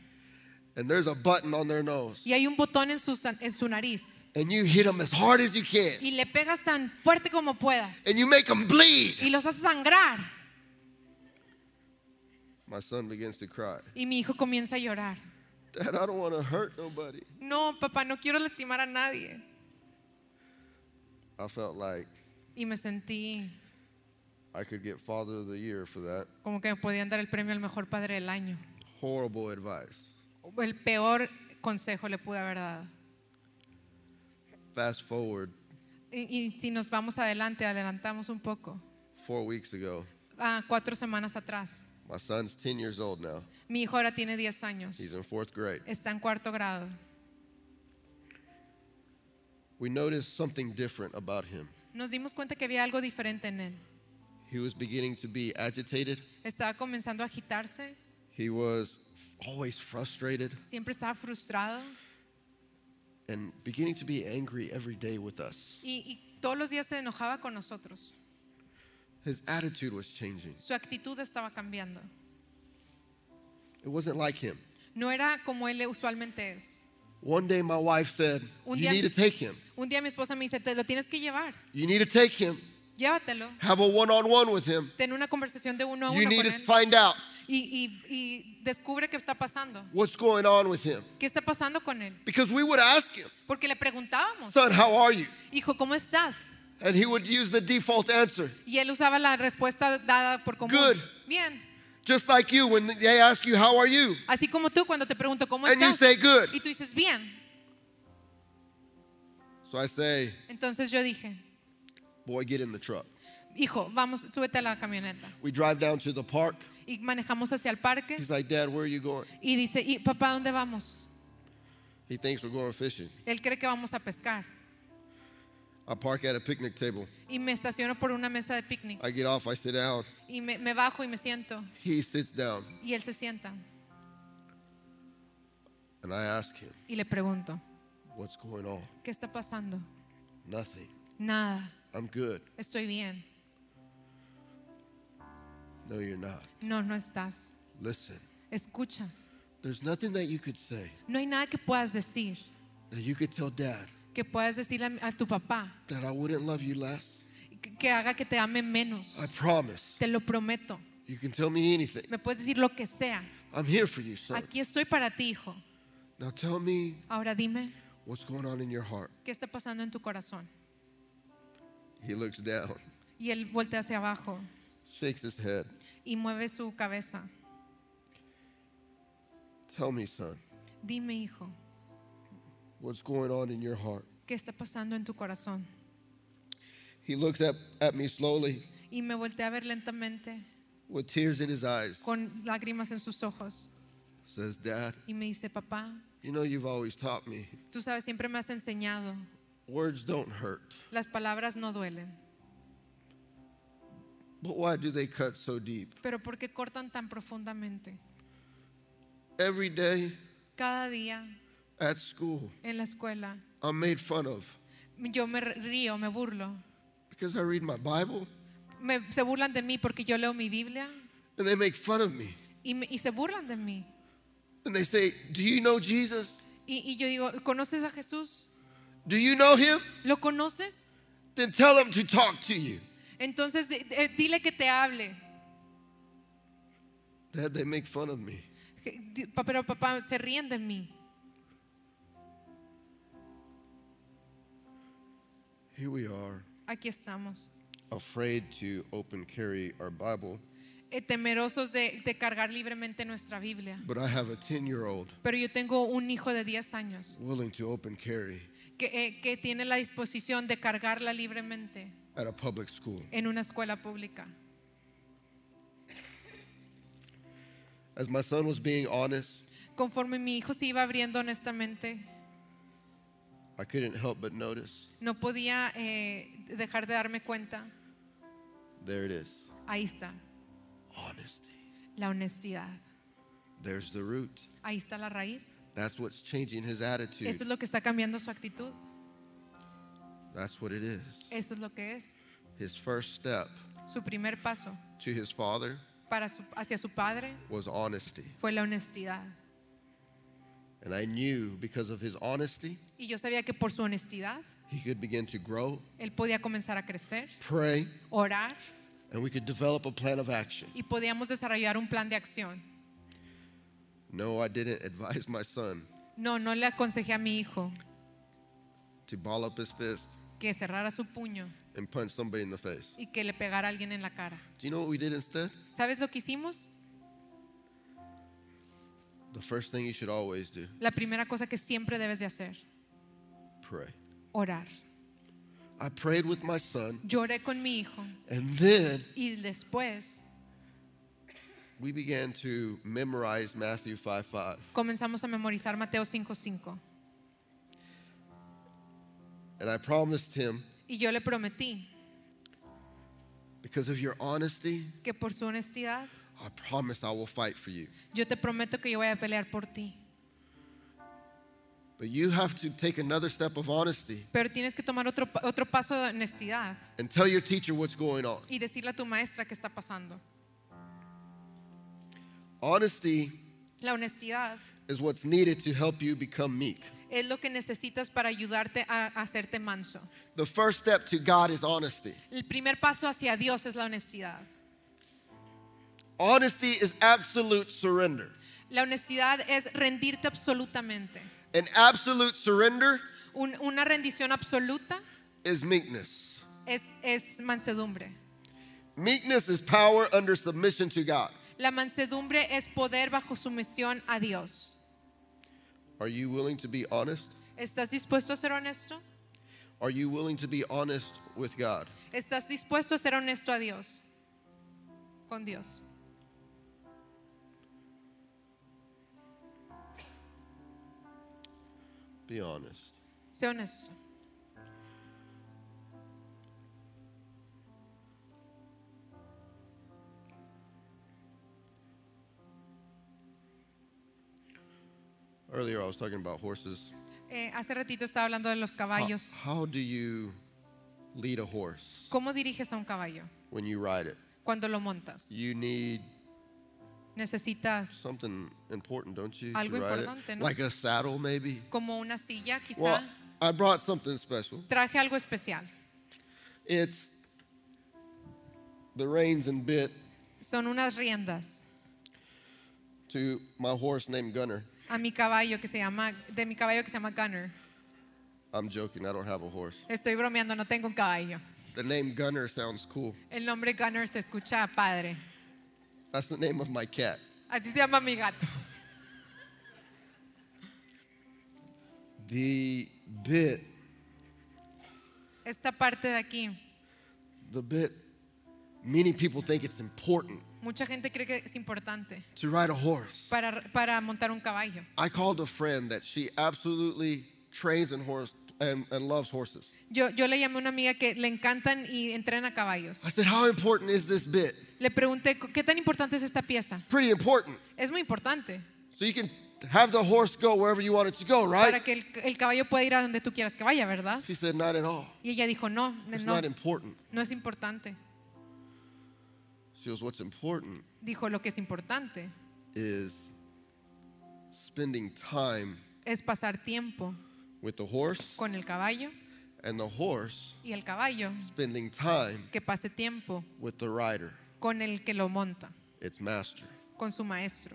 And there's a button on their nose. Y hay un botón en su, san- en su nariz. And you hit them as hard as you can. Y le pegas tan fuerte como puedas. And you make them bleed. Y los haces sangrar. My son begins to cry. Y mi hijo comienza a llorar. Dad, I don't want to hurt nobody. No, papá, no quiero lastimar a nadie. I felt like Y me sentí I could get Father of the Year for that. como que me podían dar el premio al mejor padre del año. Horrible advice. El peor consejo le pude haber dado. Fast forward Y, y si nos vamos adelante, adelantamos un poco. four weeks ago. Ah, cuatro semanas atrás. My son's 10 years old now. Mi hijo ahora tiene 10 años. He's in fourth grade. Está en cuarto grado. We noticed something different about him. Nos dimos cuenta que había algo diferente en él. He was beginning to be agitated. Estaba comenzando a agitarse, He was f- always frustrated siempre estaba frustrado and beginning to be angry every day with us. y, y todos los días se enojaba con nosotros. His attitude was changing. Su actitud estaba cambiando. It wasn't like him. No era como él usualmente es. One day my wife said, Un You día- need to take him. Un día mi esposa me dice, te lo tienes que llevar, You need to take him. llévatelo. Have a one on one with him. Ten una conversación de uno a You uno need con to él find out y, y- y descubre qué está pasando. what's going on with him. ¿Qué está pasando con él? Because we would ask him, Porque le preguntábamos, Son, how are you? hijo, ¿cómo estás? And he would use the default answer. Y él usaba la respuesta dada por común. Good. Bien. Just like you, when they ask you, How are you? Así como tú cuando te pregunto, ¿cómo And you estás? say, "Good." Y tú dices, bien. So I say, Entonces yo dije, Boy, get in the truck. hijo, vamos, súbete a la camioneta. We drive down to the park. Y manejamos hacia el parque. He's like, Dad, where are you going? Y dice, ¿y papá, dónde vamos? He thinks we're going fishing. Él cree que vamos a pescar. I park at a picnic table. Y me estaciono por una mesa de picnic. I get off, I sit down. Y me, me bajo y me siento. He sits down, Y él se sienta. and I ask him, Y le pregunto, What's going on? ¿qué está pasando? Nothing. Nada, I'm good. estoy bien. No, you're not. No, no estás. Listen, Escucha. there's nothing that you could say No hay nada que puedas decir, that you could tell dad que puedas decirle a, a tu papá that I wouldn't love you less. que, que haga que te ame menos. I promise. Te lo prometo. You can tell me anything. Me puedes decir lo que sea. I'm here for you, son. Aquí estoy para ti, hijo. Now tell me Ahora dime, what's going on in your heart. ¿qué está pasando en tu corazón? He looks down, Y él voltea hacia abajo shakes his head. y mueve su cabeza. Tell me, son, Dime, hijo, what's going on in your heart. ¿qué está pasando en tu corazón? He looks up at me slowly Y me voltea a ver lentamente, with tears in his eyes. con lágrimas en sus ojos, Says, Dad, y me dice, papá, you know you've always taught me tú sabes, siempre me has enseñado, words don't hurt. las palabras no duelen, But why do they cut so deep? pero ¿por qué cortan tan profundamente? Every day Cada día at school, en la escuela, I'm made fun of yo me río, me burlo, because I read my Bible Me- se burlan de mí porque yo leo mi Biblia and they make fun of me. y, me- y se burlan de mí. And they say, Do you know Jesus? Y, y yo digo, ¿conoces a Jesús? Do you know him? ¿Lo conoces? Then tell him to talk to you. Entonces di- eh, dile que te hable. Dad, they make fun of me. Je- di- pa- Pero papá, se ríen de mí. Here we are, Aquí estamos, afraid to open carry our Bible, eh, temerosos de, de cargar libremente nuestra Biblia. but I have a 10 year old Pero yo tengo un hijo de 10 años willing to open carry que, eh, que tiene la disposición de cargarla libremente at a public school. en una escuela pública. As my son was being honest, Conforme mi hijo se iba abriendo honestamente, I couldn't help but notice no podía eh, dejar de darme cuenta. there it is Ahí está, honesty. la honestidad. There's the root. Ahí está la raíz. That's what's changing his Eso attitude. es lo que está cambiando su actitud. That's what it is. Eso es lo que es. His first step Su primer paso to his father para su- hacia su padre was honesty. fue la honestidad. And I knew because of his honesty, Y yo sabía que por su honestidad he could begin to grow, él podía comenzar a crecer, pray, orar and we could develop a plan of action. y podíamos desarrollar un plan de acción. No, I didn't advise my son No, no le aconsejé a mi hijo to ball up his fist que cerrara su puño and punch somebody in the face. y que le pegara a alguien en la cara. Do you know what we did instead? ¿Sabes lo que hicimos? The first thing you should always do La primera cosa que siempre debes de hacer, pray. orar. I prayed with my son, Lloré con mi hijo and then y después we began to memorize Matthew 5 5. comenzamos a memorizar Mateo 5:5 And I promised him, y yo le prometí because of your honesty, que por su honestidad I promise I will fight for you. yo te prometo que yo voy a pelear por ti. But you have to take another step of honesty Pero tienes que tomar otro, pa- otro paso de honestidad and tell your teacher what's going on. y decirle a tu maestra qué está pasando. Honesty La honestidad is what's needed to help you become meek. es lo que necesitas para ayudarte a, a hacerte manso. The first step to God is honesty. El primer paso hacia Dios es la honestidad. Honesty is absolute surrender. La honestidad es rendirte absolutamente. And absolute surrender Un- una rendición absoluta is meekness. es, es mansedumbre. Meekness is power under submission to God. La mansedumbre es poder bajo sumisión a Dios. Are you willing to be honest? ¿Estás dispuesto a ser honesto? Are you willing to be honest with God? ¿Estás dispuesto a ser honesto a Dios? Con Dios. Be honest. Sé honesto. Earlier, I was talking about horses. Eh, hace ratito estaba hablando de los How, caballos. how do you lead a horse ¿Cómo diriges a un caballo when you ride it? cuando lo montas? You need Necesitas something important, don't you? to Algo ride it? importante, ¿no? Like a saddle, maybe. como una silla, quizá. Well, I brought something special. Traje algo especial. It's the reins and bit Son unas riendas to my horse named Gunner. a mi caballo que se llama, de mi caballo que se llama Gunner. I'm joking. I don't have a horse. Estoy bromeando, no tengo un caballo. The name Gunner sounds cool. El nombre Gunner se escucha padre. That's the name of my cat. Así se llama mi gato. The bit, Esta parte de aquí, the bit. Many people think it's important mucha gente cree que es importante to ride a horse. para, para montar un caballo. I called a friend that she absolutely trains and horse and, and loves horses. Yo, yo le llamé a una amiga que le encantan y entrena caballos. I said, "How important is this bit?" Le pregunté, "¿Cu- ¿qué tan importante es esta pieza? Pretty important. Es muy importante So you can have the horse go wherever you want it to go, para right? que el, el caballo pueda ir a donde tú quieras que vaya, ¿verdad? She said, "Not at all. Y ella dijo, no, It's no, not important." no es importante. She goes, "What's important Dijo, lo que es importante is spending time es pasar tiempo with the horse con el caballo and the horse y el caballo spending time que pase tiempo with the rider, con el que lo monta, its master. con su maestro.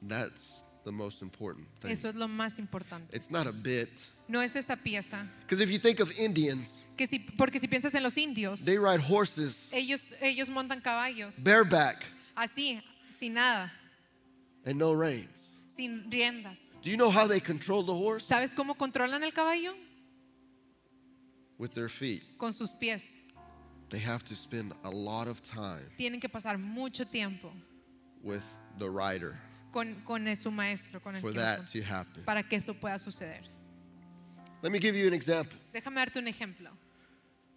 That's the most important thing. Eso es lo más importante. It's not a bit. No es esa pieza. Because if you think of Indians, Que si, porque si piensas en los indios, they ride horses ellos, ellos montan caballos bareback así, sin nada, and no reins. sin riendas. Do you know how they control the horse? ¿Sabes cómo controlan el caballo? With their feet. Con sus pies. They have to spend a lot of time Tienen que pasar mucho tiempo with the rider con, con el- su maestro, con el for que lo that monta, to happen. para que eso pueda suceder. Let me give you an example. Déjame darte un ejemplo.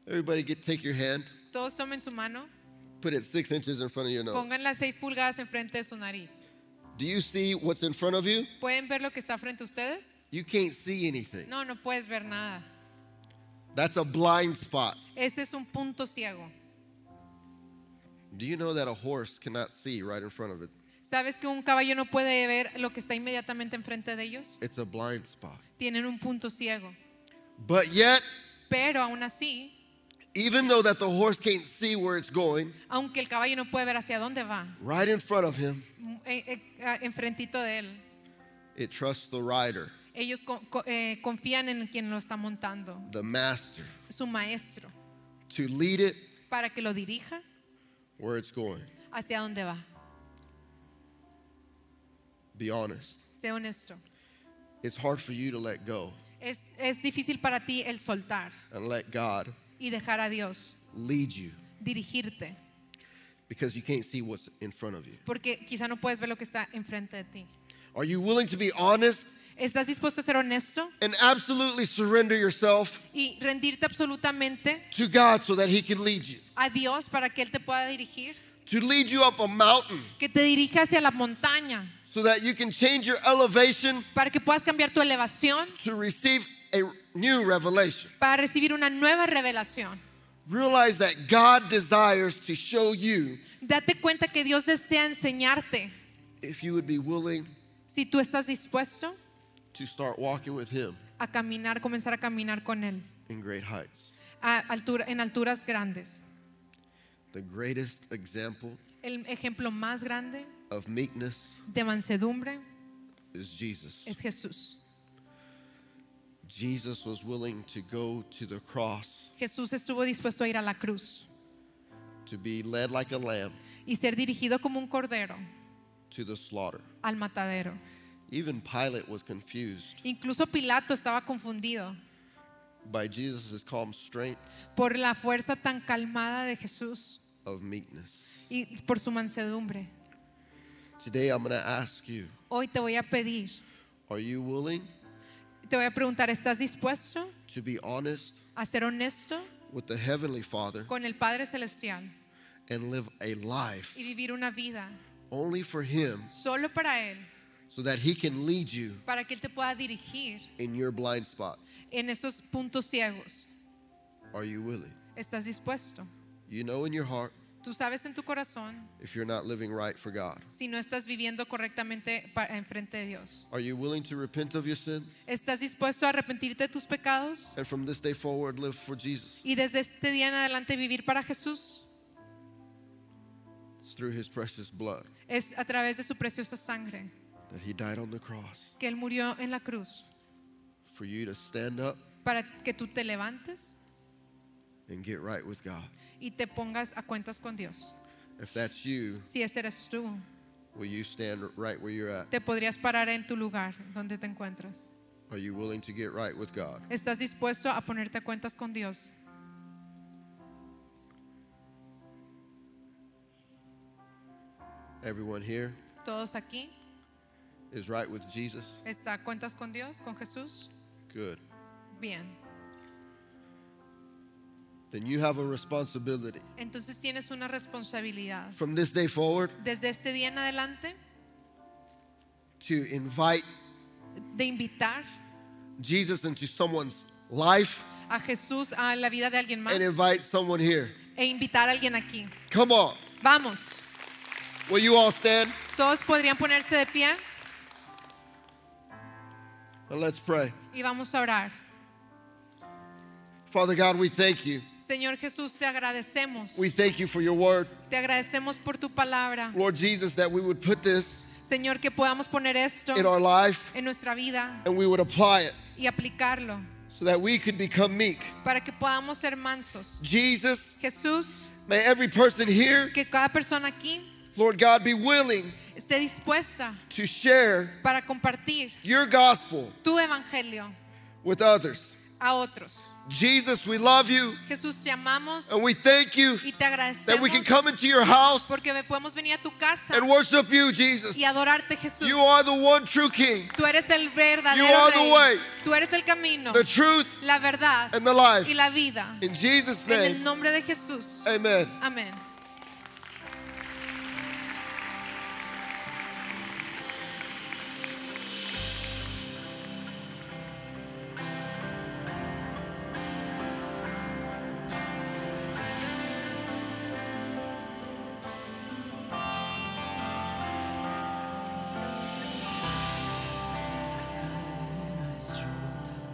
Everybody get take your hand, Todos tomen su mano, put it six inches in front of your nose. pongan las seis pulgadas enfrente de su nariz. Do you see what's in front of you? ¿Pueden ver lo que está frente a ustedes? You can't see anything. No, no puedes ver nada. That's a blind spot. Ese es un punto ciego. Do you know that a horse cannot see right in front of it? ¿Sabes que un caballo no puede ver lo que está inmediatamente enfrente de ellos? It's a blind spot. Tienen un punto ciego. But yet, Pero aún así, even though that the horse can't see where it's going, aunque el caballo no puede ver hacia dónde va, right in front of him, mm, eh, eh, ah, enfrentito de él, it trusts the rider, ellos co- co- eh, confían en quien lo está montando, the master, su maestro, to lead it para que lo dirija where it's going. hacia dónde va. Be honest. Sé honesto. It's hard for you to let go Es, es difícil para ti el soltar and let God y dejar a Dios lead you dirigirte, because you can't see what's in front of you. porque quizá no puedes ver lo que está enfrente de ti. Are you willing to be honest ¿Estás dispuesto a ser honesto and absolutely surrender yourself y rendirte absolutamente to God so that He can lead you? a Dios para que Él te pueda dirigir? To lead you up a mountain Que te dirija hacia la montaña, so that you can change your elevation para que puedas cambiar tu elevación, to receive a new revelation. para recibir una nueva revelación. Realize that God desires to show you Date cuenta que Dios desea enseñarte. if you would be willing Si tú estás dispuesto to start walking with Him a caminar, comenzar a caminar con Él in great heights. a altura- en alturas grandes. The greatest example El ejemplo más grande of meekness de mansedumbre is Jesus. es Jesús. Jesus was willing to go to the cross Jesús estuvo dispuesto a ir a la cruz to be led like a lamb y ser dirigido como un cordero to the slaughter. al matadero. Even Pilate was confused Incluso Pilato estaba confundido by Jesus' calm strength por la fuerza tan calmada de Jesús of meekness. y por su mansedumbre. Today I'm going to ask you, Hoy te voy a pedir, are you willing te voy a preguntar, ¿estás dispuesto to be honest a ser honesto with the heavenly Father con el Padre Celestial and live a life y vivir una vida only for him solo para Él so that He can lead you para que Él te pueda dirigir in your blind spots. en esos puntos ciegos. Are you willing? ¿Estás dispuesto? You know in your heart Tú sabes en tu corazón if you're not living right for God. si no estás viviendo correctamente pa- enfrente de Dios. Are you willing to repent of your sins ¿Estás dispuesto a arrepentirte de tus pecados and from this day forward live for Jesus? y desde este día en adelante vivir para Jesús? It's through His precious blood Es a través de su preciosa sangre that He died on the cross que Él murió en la cruz for you to stand up para que tú te levantes and get right with God. y te pongas a cuentas con Dios. If that's you, Si ese eres tú, will you stand right where you're at? te podrías parar en tu lugar donde te encuentras. Are you willing to get right with God? ¿Estás dispuesto a ponerte a cuentas con Dios? Everyone here Todos aquí is right with Jesus. está a cuentas con Dios, con Jesús. Good. Bien. Then you have a responsibility. Entonces tienes una responsabilidad From this day forward, desde este día en adelante to invite de invitar Jesus into someone's life a Jesús a la vida de alguien más and invite someone here. e invitar a alguien aquí. Come on. Vamos. Will you all stand? Todos podrían ponerse de pie And let's pray. y vamos a orar. Father God, we thank you. Señor Jesús, te agradecemos. We thank you for your word. Te agradecemos por tu palabra. Lord Jesus, that we would put this Señor, que podamos poner esto in our life en nuestra vida and we would apply it y aplicarlo so that we could become meek. para que podamos ser mansos. Jesus, Jesús, may every person here, que cada persona aquí Lord God, be willing esté dispuesta to share para compartir your gospel tu evangelio with others. a otros. Jesus, we love you Jesús, te amamos and we thank you y te that we agradecemos can come into your house porque podemos venir a tu casa and worship you, Jesus. y adorarte, Jesús. You are the one true King, Tú eres el You verdadero are the rey. way. Tú eres el camino, the truth, la verdad and the life. y la vida. In Jesus' En el name, nombre de Jesús. amen. Amén.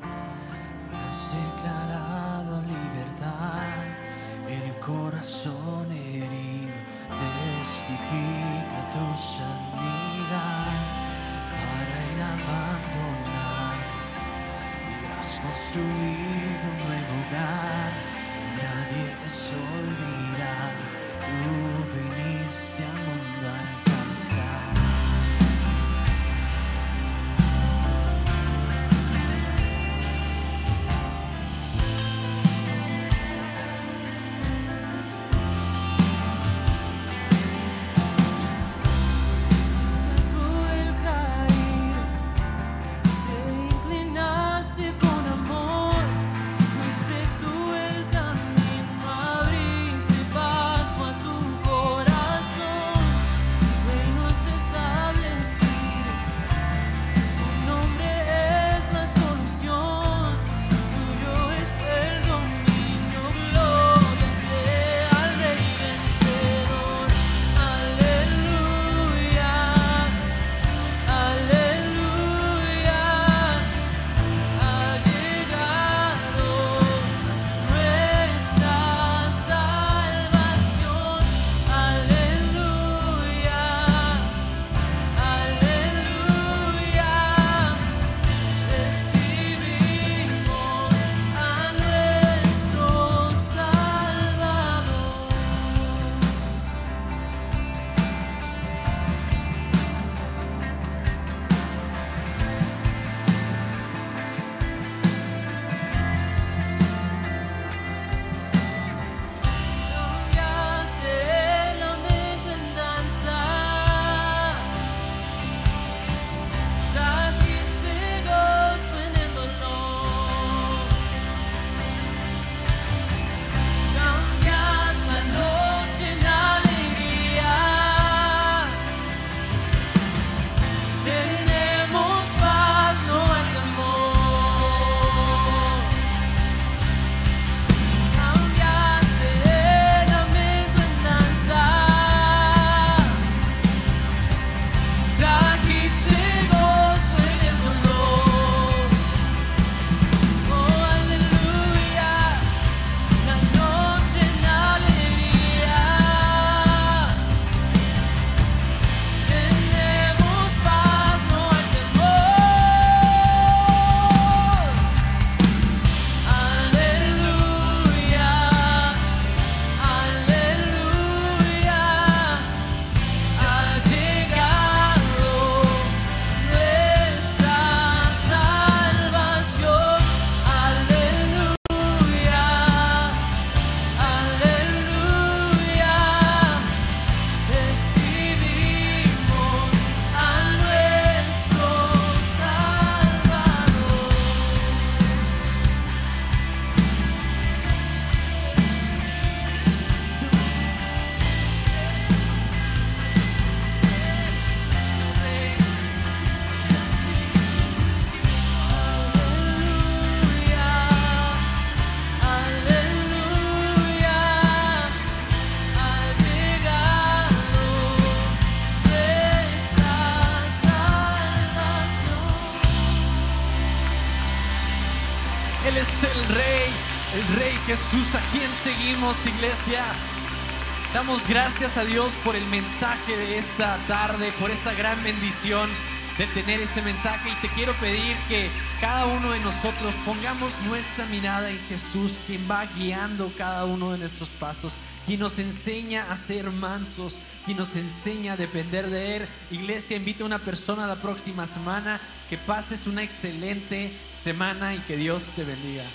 Has declarado libertad, el corazón herido testifica tu sanidad para el abandonar. Y has construido un nuevo hogar, nadie es olvidar. Tú viniste al mundo a alcanzar. Tú el caído, te inclinaste con amor, fuiste tú el camino, abriste paso a tu corazón, Jesús, ¿a quién seguimos, iglesia? Damos gracias a Dios por el mensaje de esta tarde, por esta gran bendición de tener este mensaje. Y te quiero pedir que cada uno de nosotros pongamos nuestra mirada en Jesús, quien va guiando cada uno de nuestros pasos, quien nos enseña a ser mansos, quien nos enseña a depender de Él. Iglesia, invita a una persona la próxima semana, que pases una excelente semana y que Dios te bendiga.